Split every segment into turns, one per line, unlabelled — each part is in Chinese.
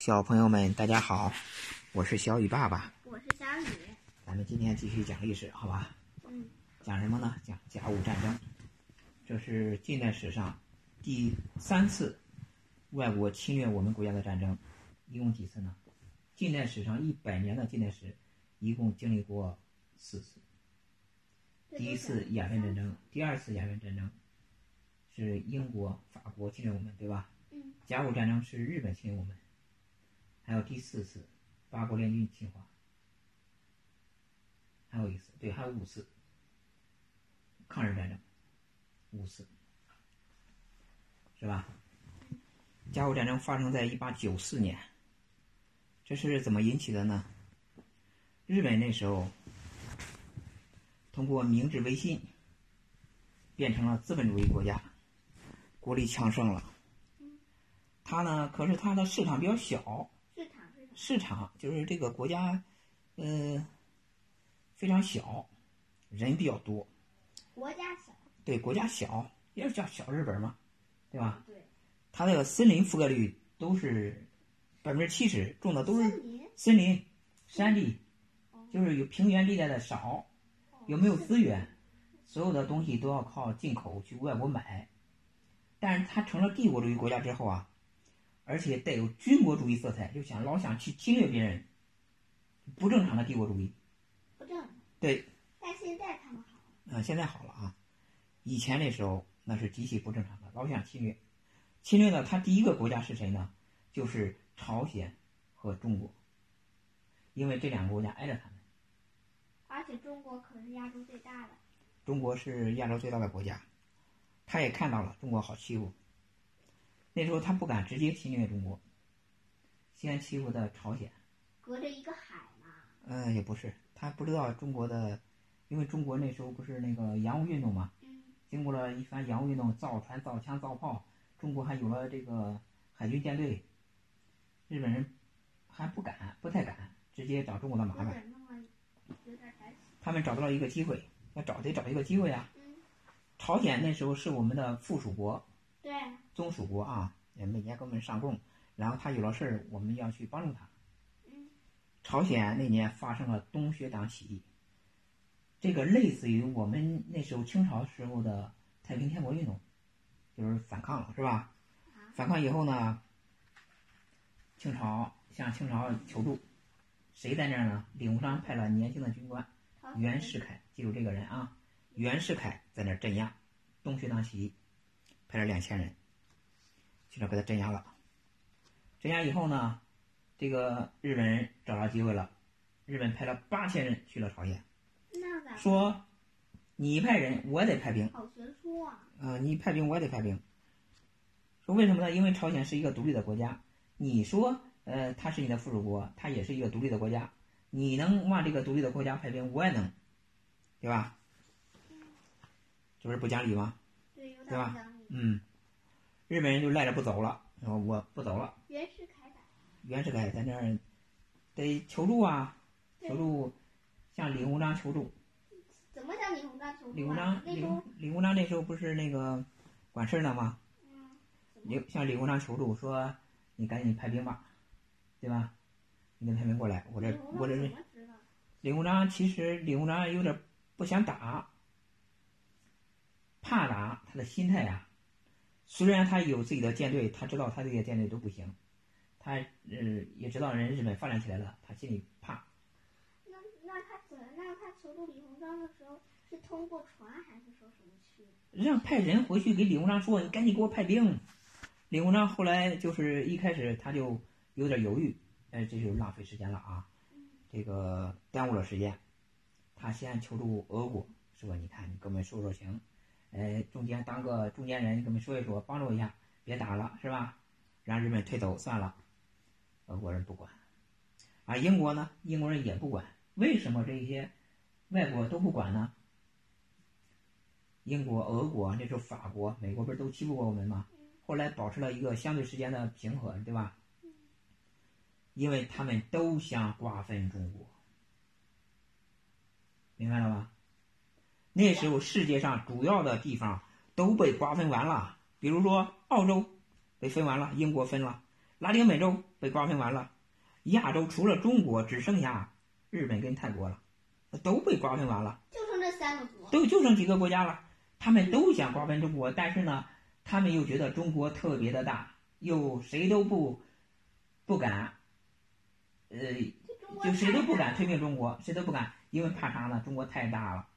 小朋友们，大家好，我是小雨爸爸。
我是小雨。
咱们今天继续讲历史，好吧？
嗯，
讲什么呢？讲甲午战争，这是近代史上第三次外国侵略我们国家的战争，一共几次呢？近代史上一百年的近代史，一共经历过四次。
这
第一
就是
次鸦片战争，第二次鸦片战争是英国、法国侵略我们，对吧？
嗯。
甲午战争是日本侵略我们，还有第四次八国联军侵华，还有一次，对，还有五次抗日战争，五次，是吧？甲午战争发生在一八九四年，这是怎么引起的呢？日本那时候通过明治维新变成了资本主义国家，国力强盛了。它呢，可是它的市场比较小，
市场市场，
市场就是这个国家，呃，非常小，人比较多，
国家小，
对国家小，也叫小日本嘛，对吧？
对，
它的森林覆盖率都是百分之七十，种的都是
森林
森林、山地，
哦
就是有平原地带的少，有没有资源，
哦
所有的东西都要靠进口去外国买。但是它成了帝国主义国家之后啊，而且带有军国主义色彩，就想老想去侵略别人，不正常的帝国主义。
不正常，
对，
但现在他们好了，
嗯、现在好了啊，以前那时候那是极其不正常的，老想侵略。侵略的他第一个国家是谁呢？就是朝鲜和中国，因为这两个国家挨着他们。
而且中国可是亚洲最大的，
中国是亚洲最大的国家，他也看到了中国好欺负。那时候他不敢直接侵略中国，先欺负的朝鲜。
隔着一个海嘛。
嗯，也不是，他不知道中国的，因为中国那时候不是那个洋务运动嘛，
嗯，
经过了一番洋务运动，造船、造枪、造炮，中国还有了这个海军舰队。日本人还不敢，不太敢直接找中国的麻
有
烦。
点那么，有点难洗。
他们找到了一个机会，要找得找一个机会啊。
嗯，
朝鲜那时候是我们的附属国，
对，
宗属国啊，也每年给我们上供，然后他有了事儿，我们要去帮助他。
嗯，
朝鲜那年发生了东学党起义，这个类似于我们那时候清朝时候的太平天国运动，就是反抗了，是吧？
啊，
反抗以后呢，清朝向清朝求助，谁在那儿呢？李鸿章派了年轻的军官
朝鲜
袁世凯，记住这个人啊，袁世凯在那儿镇压东学堂起义，派了两千人去那儿给他镇压了。镇压以后呢，这个日本人找到机会了，日本派了八千人去了朝鲜，
那咋
说你派人，我得派兵，
好学术啊？
啊、你派兵我也得派兵。说为什么呢？因为朝鲜是一个独立的国家，你说，呃，它是你的附属国，它也是一个独立的国家，你能往这个独立的国家派兵，我也能，对吧？这不是不讲理吗？
对，有
对
点
吧
不讲理。
嗯，日本人就赖着不走了，说我不走了。
袁世凯咋？
袁世凯在那儿得求助啊，
对
求助，向李鸿章求助。
怎么向李鸿章求
李
助
鸿章
啊？，那
李
时候，
李鸿章那时候不是那个管事儿呢吗？
嗯，怎么
李向李鸿章求助说：“你赶紧派兵吧，对吧？你得派兵过来，我这
李鸿
我这
章
是
怎么知道？
李鸿章。其实李鸿章有点不想打，怕打，他的心态呀、虽然他有自己的舰队，他知道他这些舰队都不行，他呃也知道人日本发展起来了，他心里怕。
那那他怎那他求助李鸿章的时候是通过船还是说什么去？
让派人回去给李鸿章说，你赶紧给我派兵。李鸿章后来就是一开始他就有点犹豫，哎，这就浪费时间了啊，这个耽误了时间。他先求助俄国，说你看你给我们说说情，哎，中间当个中间人，你给我们说一说，帮助一下，别打了，是吧？让日本退走算了。俄国人不管，啊，英国呢？英国人也不管。为什么这些外国都不管呢？英国、俄国，那时候法国、美国不是都欺负过我们吗？后来保持了一个相对时间的平衡，对吧？因为他们都想瓜分中国，明白了吧？那时候世界上主要的地方都被瓜分完了，比如说澳洲被分完了，英国分了；拉丁美洲被瓜分完了，亚洲除了中国只剩下日本跟泰国了，都被瓜分完了。
就剩这三个国，
都就剩几个国家了，他们都想瓜分中国，但是呢，他们又觉得中国特别的大，又谁都不不敢，呃，
这中国
就谁都
太
不
大
敢推并中国，谁都不敢，因为怕啥呢？中国太大了。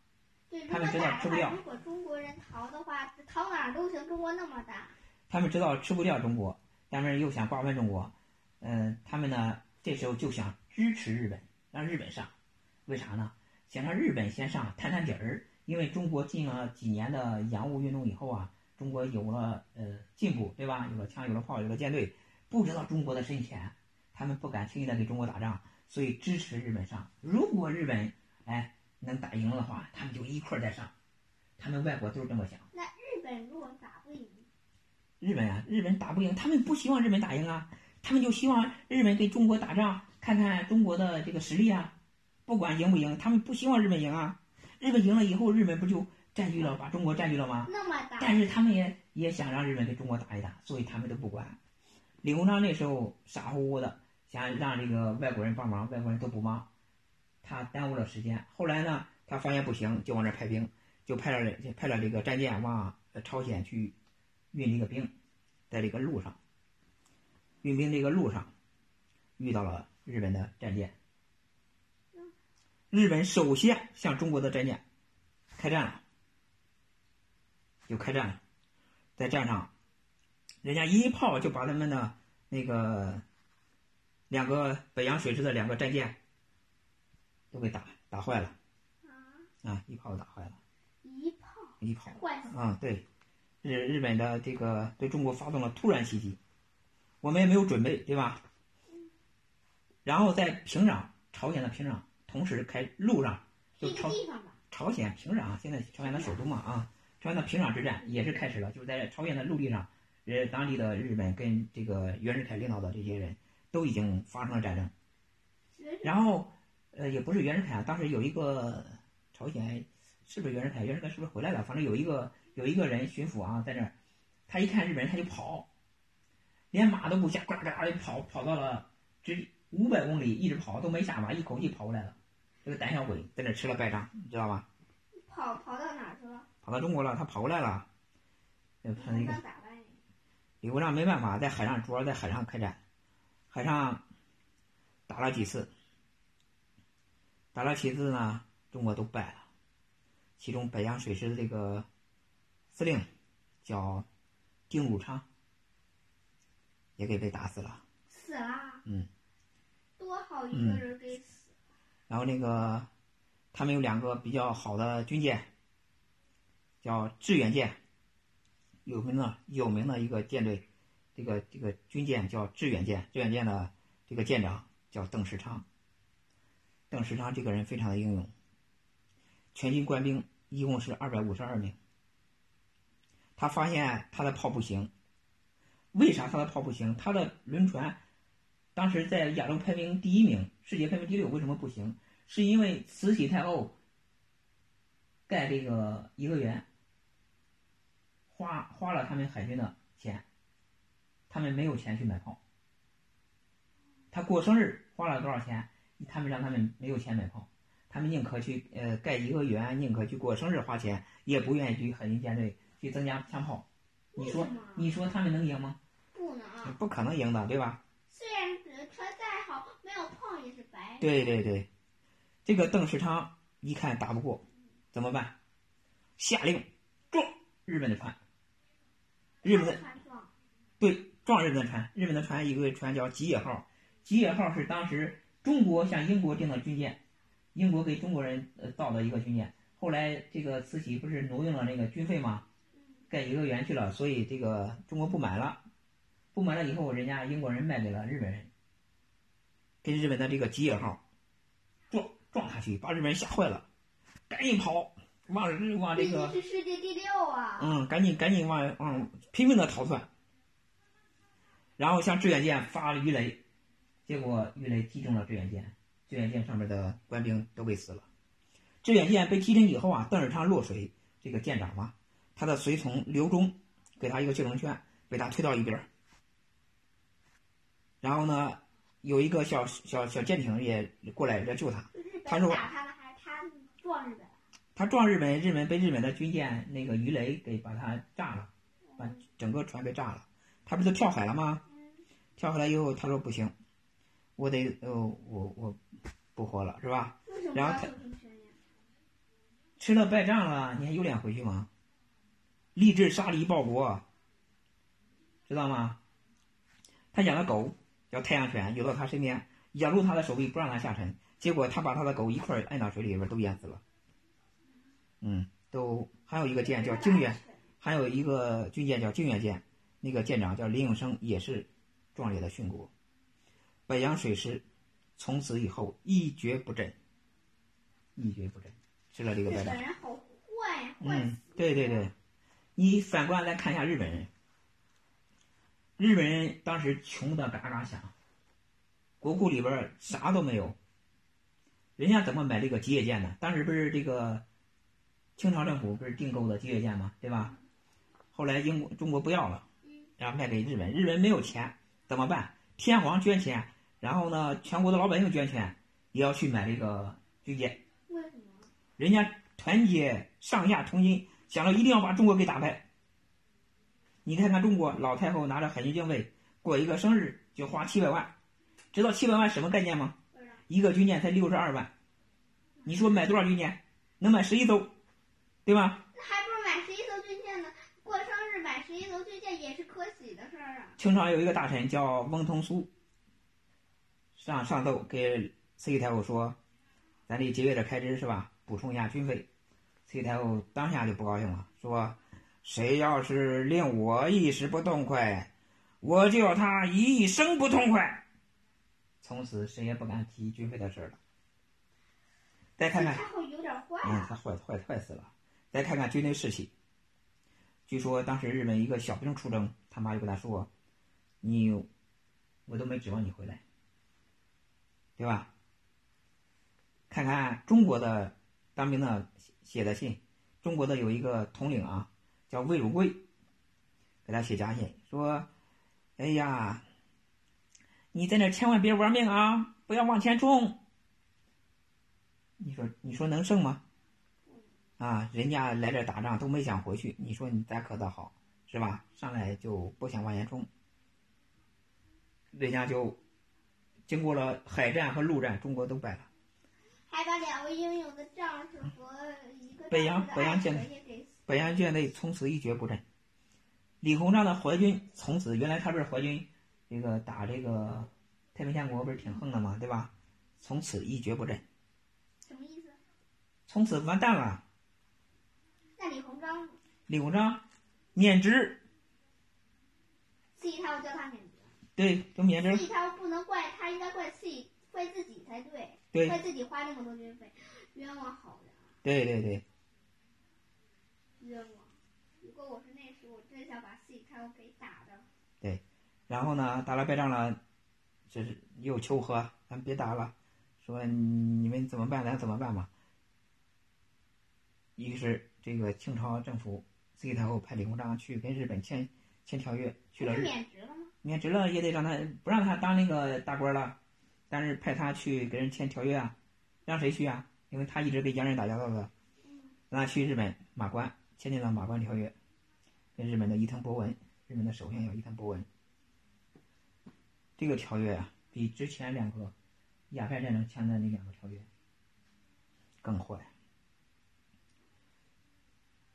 对，如
他
果
们知道
打
吃不
的话，
掉
如果中国人逃的话，逃哪儿都行。中国那么大，
他们知道吃不掉中国，但是又想瓜分中国，嗯、他们呢这时候就想支持日本，让日本上，为啥呢？想让日本先上探探底儿，因为中国进了几年的洋务运动以后啊，中国有了呃进步，对吧？有了枪，有了炮，有了舰队，不知道中国的深浅，他们不敢轻易的给中国打仗，所以支持日本上。如果日本哎能打赢了的话，他们就一块儿再上，他们外国都是这么想。
那日本如果打不赢，
日本啊，日本打不赢，他们不希望日本打赢啊，他们就希望日本给中国打仗，看看中国的这个实力啊，不管赢不赢，他们不希望日本赢啊。日本赢了以后，日本不就占据了，把中国占据了吗？
那么大，
但是他们也也想让日本跟中国打一打，所以他们都不管。李鸿章那时候傻乎乎的，想让这个外国人帮忙，外国人都不帮，他耽误了时间。后来呢，他发现不行，就往这派兵，就派了就派了这个战舰往呃朝鲜去运这个兵，在这个路上，运兵这个路上遇到了日本的战舰，日本首先向中国的战舰开战了。就开战了，在战上，人家一炮就把他们的那个两个北洋水师的两个战舰都给打打坏了
啊，
啊，一炮打坏了，
一炮
一炮
换死
啊，对，日日本的这个对中国发动了突然袭击，我们也没有准备，对吧？然后在平壤，朝鲜的平壤，同时开路上就
一个
朝
地方吧，
朝鲜平壤，现在朝鲜的首都嘛啊，朝鲜的平壤之战也是开始了，就是在朝鲜的陆地上，呃，当地的日本跟这个袁世凯领导的这些人都已经发生了战争。
绝对
然后，呃，也不是袁世凯啊，当时有一个朝鲜，是不是袁世凯？袁世凯是不是回来了？反正有一个有一个人巡抚啊，在那儿，他一看日本人，他就跑，连马都不下，呱啦呱啦就跑，跑到了直五百公里，一直跑都没下马，一口气跑过来了。这个胆小鬼在那儿吃了败仗，你知道吧？
跑跑到哪儿去了？
跑到中国了，他跑过来了。呃，他那
那
个
咋办呀？
李国章没办法，在海上主要在海上开战，海上打了几次，打了几次呢，中国都败了。其中北洋水师的这个司令叫丁汝昌，也给被打死了。
死了，
嗯，
多好一个人给死，
然后那个他们有两个比较好的军舰，叫致远舰，有名的有名的一个舰队，这个这个军舰叫致远舰，致远舰的这个舰长叫邓世昌。邓世昌这个人非常的英勇，全军官兵一共是二百五十二名。他发现他的炮不行，为啥他的炮不行？他的轮船当时在亚洲排名第一名，世界排名第六，为什么不行？是因为慈禧太后盖这个颐和园，花花了他们海军的钱，他们没有钱去买炮。他过生日花了多少钱？他们让他们没有钱买炮，他们宁可去呃盖颐和园，宁可去过生日花钱，也不愿意去海军舰队去增加枪炮。你说
为什么，
你说他们能赢吗？
不能。
不可能赢的，对吧？
虽然呃穿再好，没有炮也是白。
对对对，这个邓世昌一看打不过，怎么办？下令撞日本的船，日本的
穿撞，
对撞日本的船，日本的船一个船叫吉野号，吉野号是当时中国向英国订的军舰，英国给中国人呃造的一个军舰。后来这个慈禧不是挪用了那个军费吗？盖颐和园去了，所以这个中国不买了，不买了以后，人家英国人卖给了日本人，跟日本的这个吉野号撞撞下去，把日本人吓坏了，赶紧跑，往日往这
毕
个
竟是世界第六啊，
嗯，赶紧赶紧往嗯拼命的逃窜，然后向致远舰发了鱼雷，结果鱼雷击中了致远舰，致远舰上面的官兵都给死了。致远舰被击沉以后啊，邓世昌落水，这个舰长嘛，他的随从刘忠给他一个救生圈，被他推到一边儿。然后呢，有一个小小小舰艇也过来要救他，
日本
他说
打他了，还是他撞日本了？
他撞日本，日本被日本的军舰那个鱼雷给把他炸了，把整个船给炸了。他不是都跳海了吗？
嗯，
跳海了以后，他说不行，我得呃，我我不活了，是吧？
为什么
然
要
后他
救平生呀？
吃了败仗了，你还有脸回去吗？立志杀敌报国，知道吗？他养了狗叫太阳犬，游到他身边，咬住他的手臂不让他下沉，结果他把他的狗一块儿按到水里边，都淹死了。嗯，都还有一个舰叫靖远，还有一个军舰叫靖远舰，那个舰长叫林永生，也是壮烈的殉国。北洋水师从此以后一蹶不振，一蹶不振，吃了这个败
日
仗
本。人好坏呀，坏死
嗯
了，
对对对，你反过来再看一下日本人，日本人当时穷的嘎嘎响，国库里边儿啥都没有，人家怎么买这个吉野舰呢？当时不是这个清朝政府不是订购的吉野舰嘛，对吧？后来英国中国不要了
嗯，
然后卖给日本，日本没有钱怎么办？天皇捐钱，然后呢，全国的老百姓捐钱，也要去买这个军舰。
为什么？
人家团结上下同心，想着一定要把中国给打败。你看看中国，老太后拿着海军经费过一个生日就花七百万，知道七百万什么概念吗？
不知道
一个军舰才六十二万，你说买多少军舰？能买十一艘，对吧？
那还不如买十一艘军舰呢？过生日买十一艘军舰也是可喜的事儿啊！
清朝有一个大臣叫翁同苏，上上奏给慈禧太后说，咱得节约点开支是吧？补充一下军费。慈禧太后当下就不高兴了，说：“谁要是令我一时不痛快，我就要他一生不痛快。”从此谁也不敢提军费的事儿了。再看看
太后有点坏
嗯，
啊！
他坏坏坏死了。再看看军队士气，据说当时日本一个小兵出征，他妈就跟他说：“你，我都没指望你回来，对吧？”看看中国的当兵的写的信，中国的有一个统领啊，叫魏汝瑰，给他写家信说：“哎呀，你在那儿千万别玩命啊，不要往前冲。”你说你说能胜吗？啊，人家来这打仗都没想回去，你说你咱可倒好，是吧？上来就不想往前冲，人家就经过了海战和陆战，中国都败了。
还把两位英勇的战士和一个
北洋
丈夫
北
的
洋
爱
舰
犬也给死。
北洋舰队从此一蹶不振。李鸿章的淮军从此，原来他不是淮军，这个打这个太平天国不是挺横的嘛，对吧？从此一蹶不振，
什么意思？
从此完蛋了。
那李鸿章
李鸿章免职，
自己他又叫他免职，
对，都免
自
职，
己他又不能怪他，应该怪自己，怪自己才对，
对
怪自己花那么多军费，冤枉好人，
对对对，
冤枉。如果我是那时候，我真想把自己他又给打的。
然后呢，打了败仗了，就是又求和，咱别打了，说你们怎么办，咱怎么办吧。于是这个清朝政府慈禧太后派李鸿章去跟日本签签条约，去
不
了
是
日
免职了吗？
免职了也得让他不让他当那个大官了，但是派他去给人签条约啊，让谁去啊？因为他一直跟洋人打交道的，让他去日本马关签订了马关条约，跟日本的伊藤博文，日本的首相叫伊藤博文。这个条约啊，比之前两个鸦片战争签的那两个条约更坏，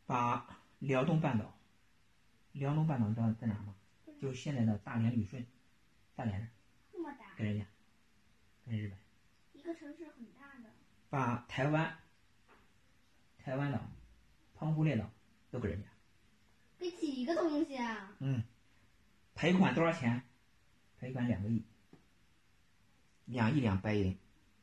把辽东半岛，辽东半岛你知道在哪儿吗？就是现在的大连旅顺，大连人
那么大，
跟人家，跟日本，
一个城市很大的，
把台湾、台湾岛、澎湖列岛都给人家，
给几个东西啊？
赔款多少钱？赔款两个亿，两亿两白银。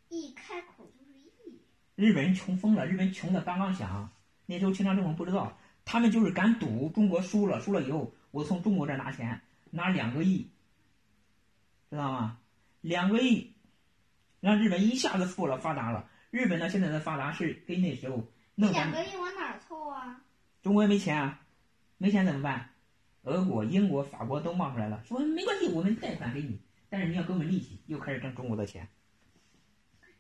一开口就是一，
日本人穷疯了，日本人穷的刚刚响。那时候清朝政府不知道，他们就是敢赌中国输了，输了以后我从中国这儿拿钱，拿两个亿，知道吗？两个亿，让日本一下子富了，发达了。日本呢，现在的发达是跟那时候
这
弄
两
咱
个亿往哪儿凑啊？
中国也没钱啊，没钱怎么办？俄国、英国、法国都冒出来了，说没关系，我们贷款给你，但是你要给我们利息，又开始挣中国的钱，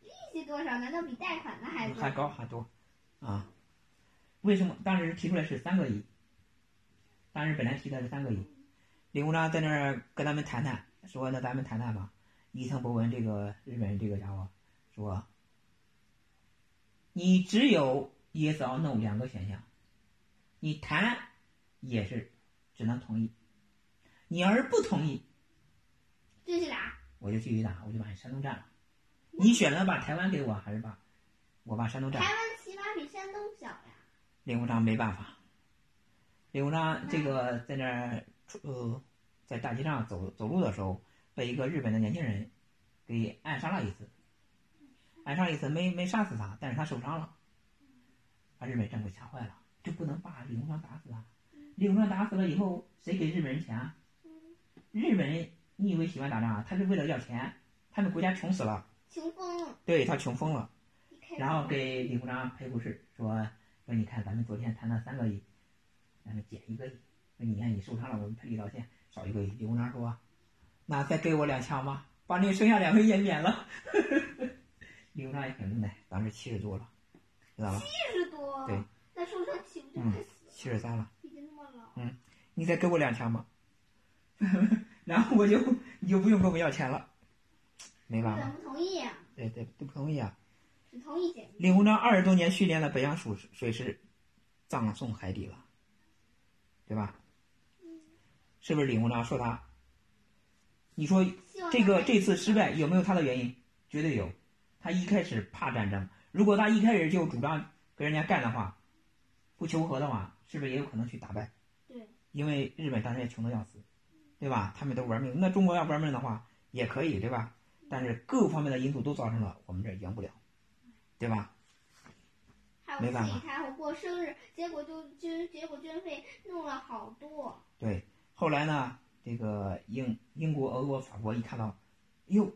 利息多少？难道比贷款的还多？
嗯还高还多，啊？为什么当时提出来是三个亿？当时本来提的是三个亿，李鸿章在那儿跟他们谈谈，说那咱们谈谈吧。伊藤博文这个日本这个家伙说，你只有 yes or no 两个选项，你谈也是只能同意，你要是不同意，
这是哪？
我就继续打，我就把你山东占了。你选择把台湾给我，还是把我把山东占
台
了？
湾起码比山东小呀。
李鸿章没办法，李鸿章这个在那儿出呃，在大街上走走路的时候，被一个日本的年轻人给暗杀了一次，暗杀了一次没没杀死他，但是他受伤了，把日本政府吓坏了，就不能把李鸿章打死啊！李鸿章打死了以后，谁给日本人钱啊？
嗯
日本人你以为喜欢打仗啊？他是为了要钱，他们国家穷死了，
穷疯了，
对他穷疯了。
一开始
然后给李鸿章赔不是，说说你看咱们昨天谈了三个亿，咱们减一个亿，说你看你受伤了，我们赔礼道歉，少一个亿。李鸿章说，那再给我两枪吧，把那剩下两个亿也免了。 李鸿章也很无奈，当时七十多了，知道吧？
七十多，
对，
那受伤岂不就
嗯
快死了？
七十三了，
已经那么老，
你再给我两枪吧， 然后我就你就不用跟我要钱了，嗯没办
怎
法，
么同意呀？
对对，都不同意啊。
只同意减
李鸿章二十多年蓄敛的北洋水水师，葬送海底了，对吧？是不是李鸿章说他？你说
希望
这个
他
这次失败有没有他的原因？绝对有。他一开始怕战争，如果他一开始就主张跟人家干的话，不求和的话，是不是也有可能去打败？
对，
因为日本当时也穷得要死，对吧？他们都玩命，那中国要玩命的话也可以，对吧？但是各方面的因素都造成了我们这儿赢不了，对吧？
还有
没
自
办
己还有过生日，结果就捐结果捐费弄了好多，
对，后来呢，这个英英国、俄国、法国一看到，哟，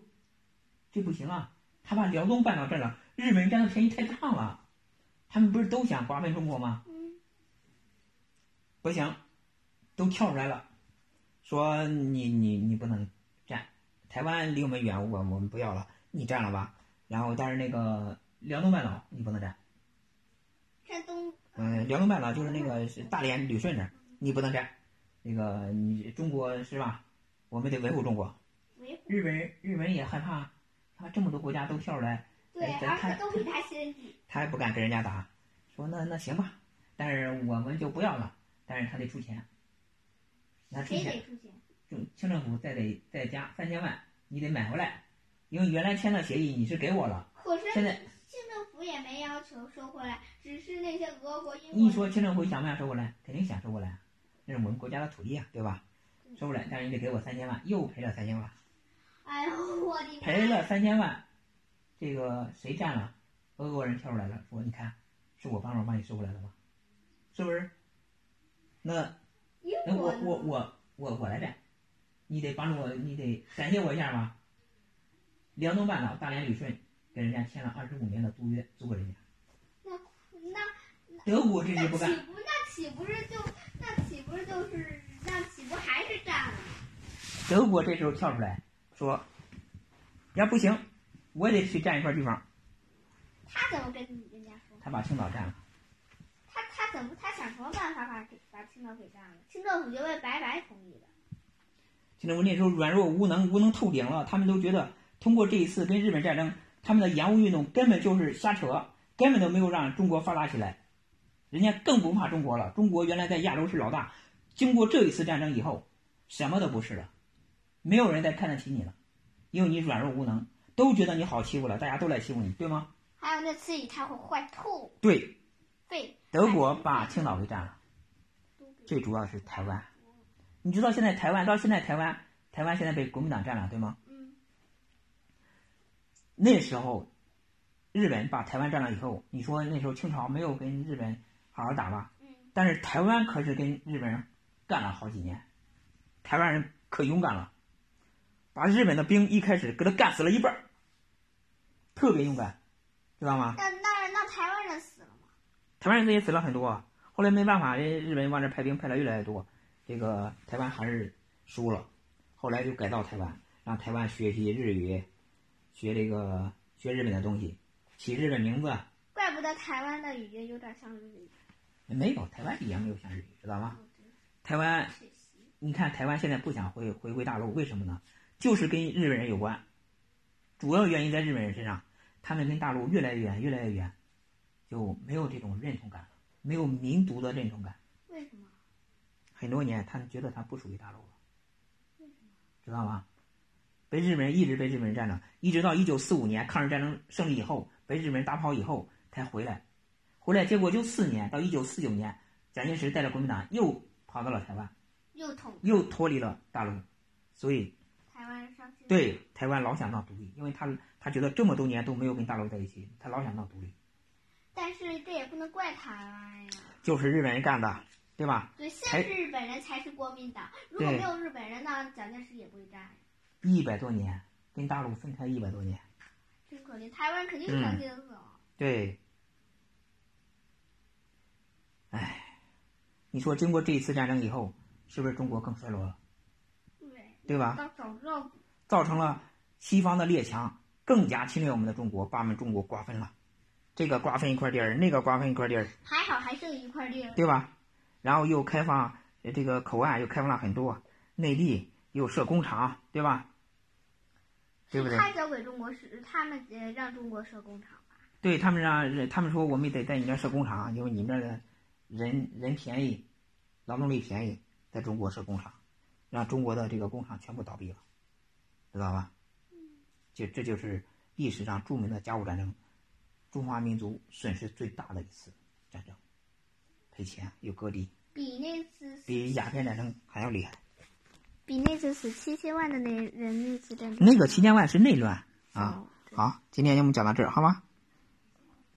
这不行啊，他把辽东办到这儿了，日本人占的便宜太大了，他们不是都想瓜分中国吗？
嗯，
不行，都跳出来了，说你你你不能占，台湾离我们远，我我们不要了，你占了吧。然后但是那个辽东半岛你不能占，
山东
嗯，辽东半岛就是那个是大连旅顺那儿，你不能占，那个你中国是吧？我们得维护中国。
维护
日本人日本人也害怕，他这么多国家都跳出来，
对，
哎咱
而
看
且都比他先进，
他还不敢跟人家打，说那那行吧，但是我们就不要了，但是他得出钱，那出
谁
钱
得出钱？
就清政府再得再加三千万，你得买回来，因为原来签了协议你是给我了，
可是
现在
清政府也没要求收回来，只是那些俄国、英国
一说清政府想不想收过来，肯定想收过来，啊那是我们国家的土地啊，对吧？收过来，但是你得给我三千万，又赔了三千万。
哎呦我的妈！
赔了三千万，这个谁占了？俄国人跳出来了，说：“你看，是我帮忙把你收过来的吧？是不是？那
英
那
国
嗯我
呢
我我我我来占，你得帮助我，你得感谢我一下吧。”辽东半岛、大连旅顺跟人家签了二十五年的租约，租给人家。
那
德国这
那
是
岂
不
不
干，
那岂不是就那岂不是就是那岂不还是占了？
德国这时候跳出来说：“要不行，我也得去占一块地方。
他怎么跟你人家说”？
他把青岛占了。
他他怎么他想什么办法把给把清政府给占了？清政府就会白白同意的。
清政府那时候软弱无能，无能透顶了。他们都觉得通过这一次跟日本战争，他们的洋务运动根本就是瞎扯，根本都没有让中国发达起来。人家更不怕中国了。中国原来在亚洲是老大，经过这一次战争以后，什么都不是了，没有人再看得起你了，因为你软弱无能，都觉得你好欺负了，大家都来欺负你，对吗？
还有那次以他会坏透
对，
肺，
德国把青岛给占了，
都给
最主要是台湾。你知道现在台湾到现在台湾，台湾现在被国民党占了，对吗？
嗯，
那时候，日本把台湾占了以后，你说那时候清朝没有跟日本好好打吧？
嗯。
但是台湾可是跟日本人干了好几年，台湾人可勇敢了，把日本的兵一开始给他干死了一半儿，特别勇敢，知道吗？
那那那台湾人死了吗？
台湾人自己死了很多啊，后来没办法，人日本往这派兵派的越来越多，这个台湾还是输了，后来就改造台湾，然让台湾学习日语，学这个学日本的东西，起日本名字。
怪不得台湾的语言有点像日语。
没有，台湾语言没有像日语，知道吗？
哦对
台湾
可惜
你看台湾现在不想回回归大陆，为什么呢？就是跟日本人有关，主要原因在日本人身上，他们跟大陆越来越远，越来越远，就没有这种认同感了，没有民族的认同感。
为什么？
很多年，他们觉得他不属于大陆了，知道吗？被日本人一直被日本人占着，一直到一九四五年抗日战争胜利以后，被日本人打跑以后才回来，回来结果就四年，到一九四九年，蒋介石带着国民党又跑到了台湾，
又统
又脱离了大陆，所以
台湾人上去。，
对台湾老想闹独立，因为他他觉得这么多年都没有跟大陆在一起，他老想闹独立，
但是这也不能怪台湾呀。
就是日本人干的，对吧？
对，
台
先是日本人才是国民党，如果
对
没有日本人，那蒋介石也不会占呀。
一百多年跟大陆分开一百多年，
真可怜，台湾肯定
嗯
伤心死了。
对。哎，你说经过这一次战争以后，是不是中国更衰落了，
对，
对吧？
到早知道
造成了西方的列强更加侵略我们的中国，把我们中国瓜分了，这个瓜分一块地儿，那个瓜分一块地儿，
还好还剩一块地儿。
对吧？然后又开放呃这个口岸，又开放了很多，内地又设工厂，对吧？对不对？
他交给中国是他们呃让中国设工厂吧？
对他们让他们说我们也得在你那儿设工厂，因为你们那儿的人人便宜，劳动力便宜，在中国设工厂，让中国的这个工厂全部倒闭了，知道吧？就这就是历史上著名的甲午战争，中华民族损失最大的一次战争，赔钱又割地，
比那次
比鸦片战争还要厉害。
比那次死七千万的那人那次战争
那个七千万是内乱啊。
哦对
好，今天节目讲到这儿，好吗？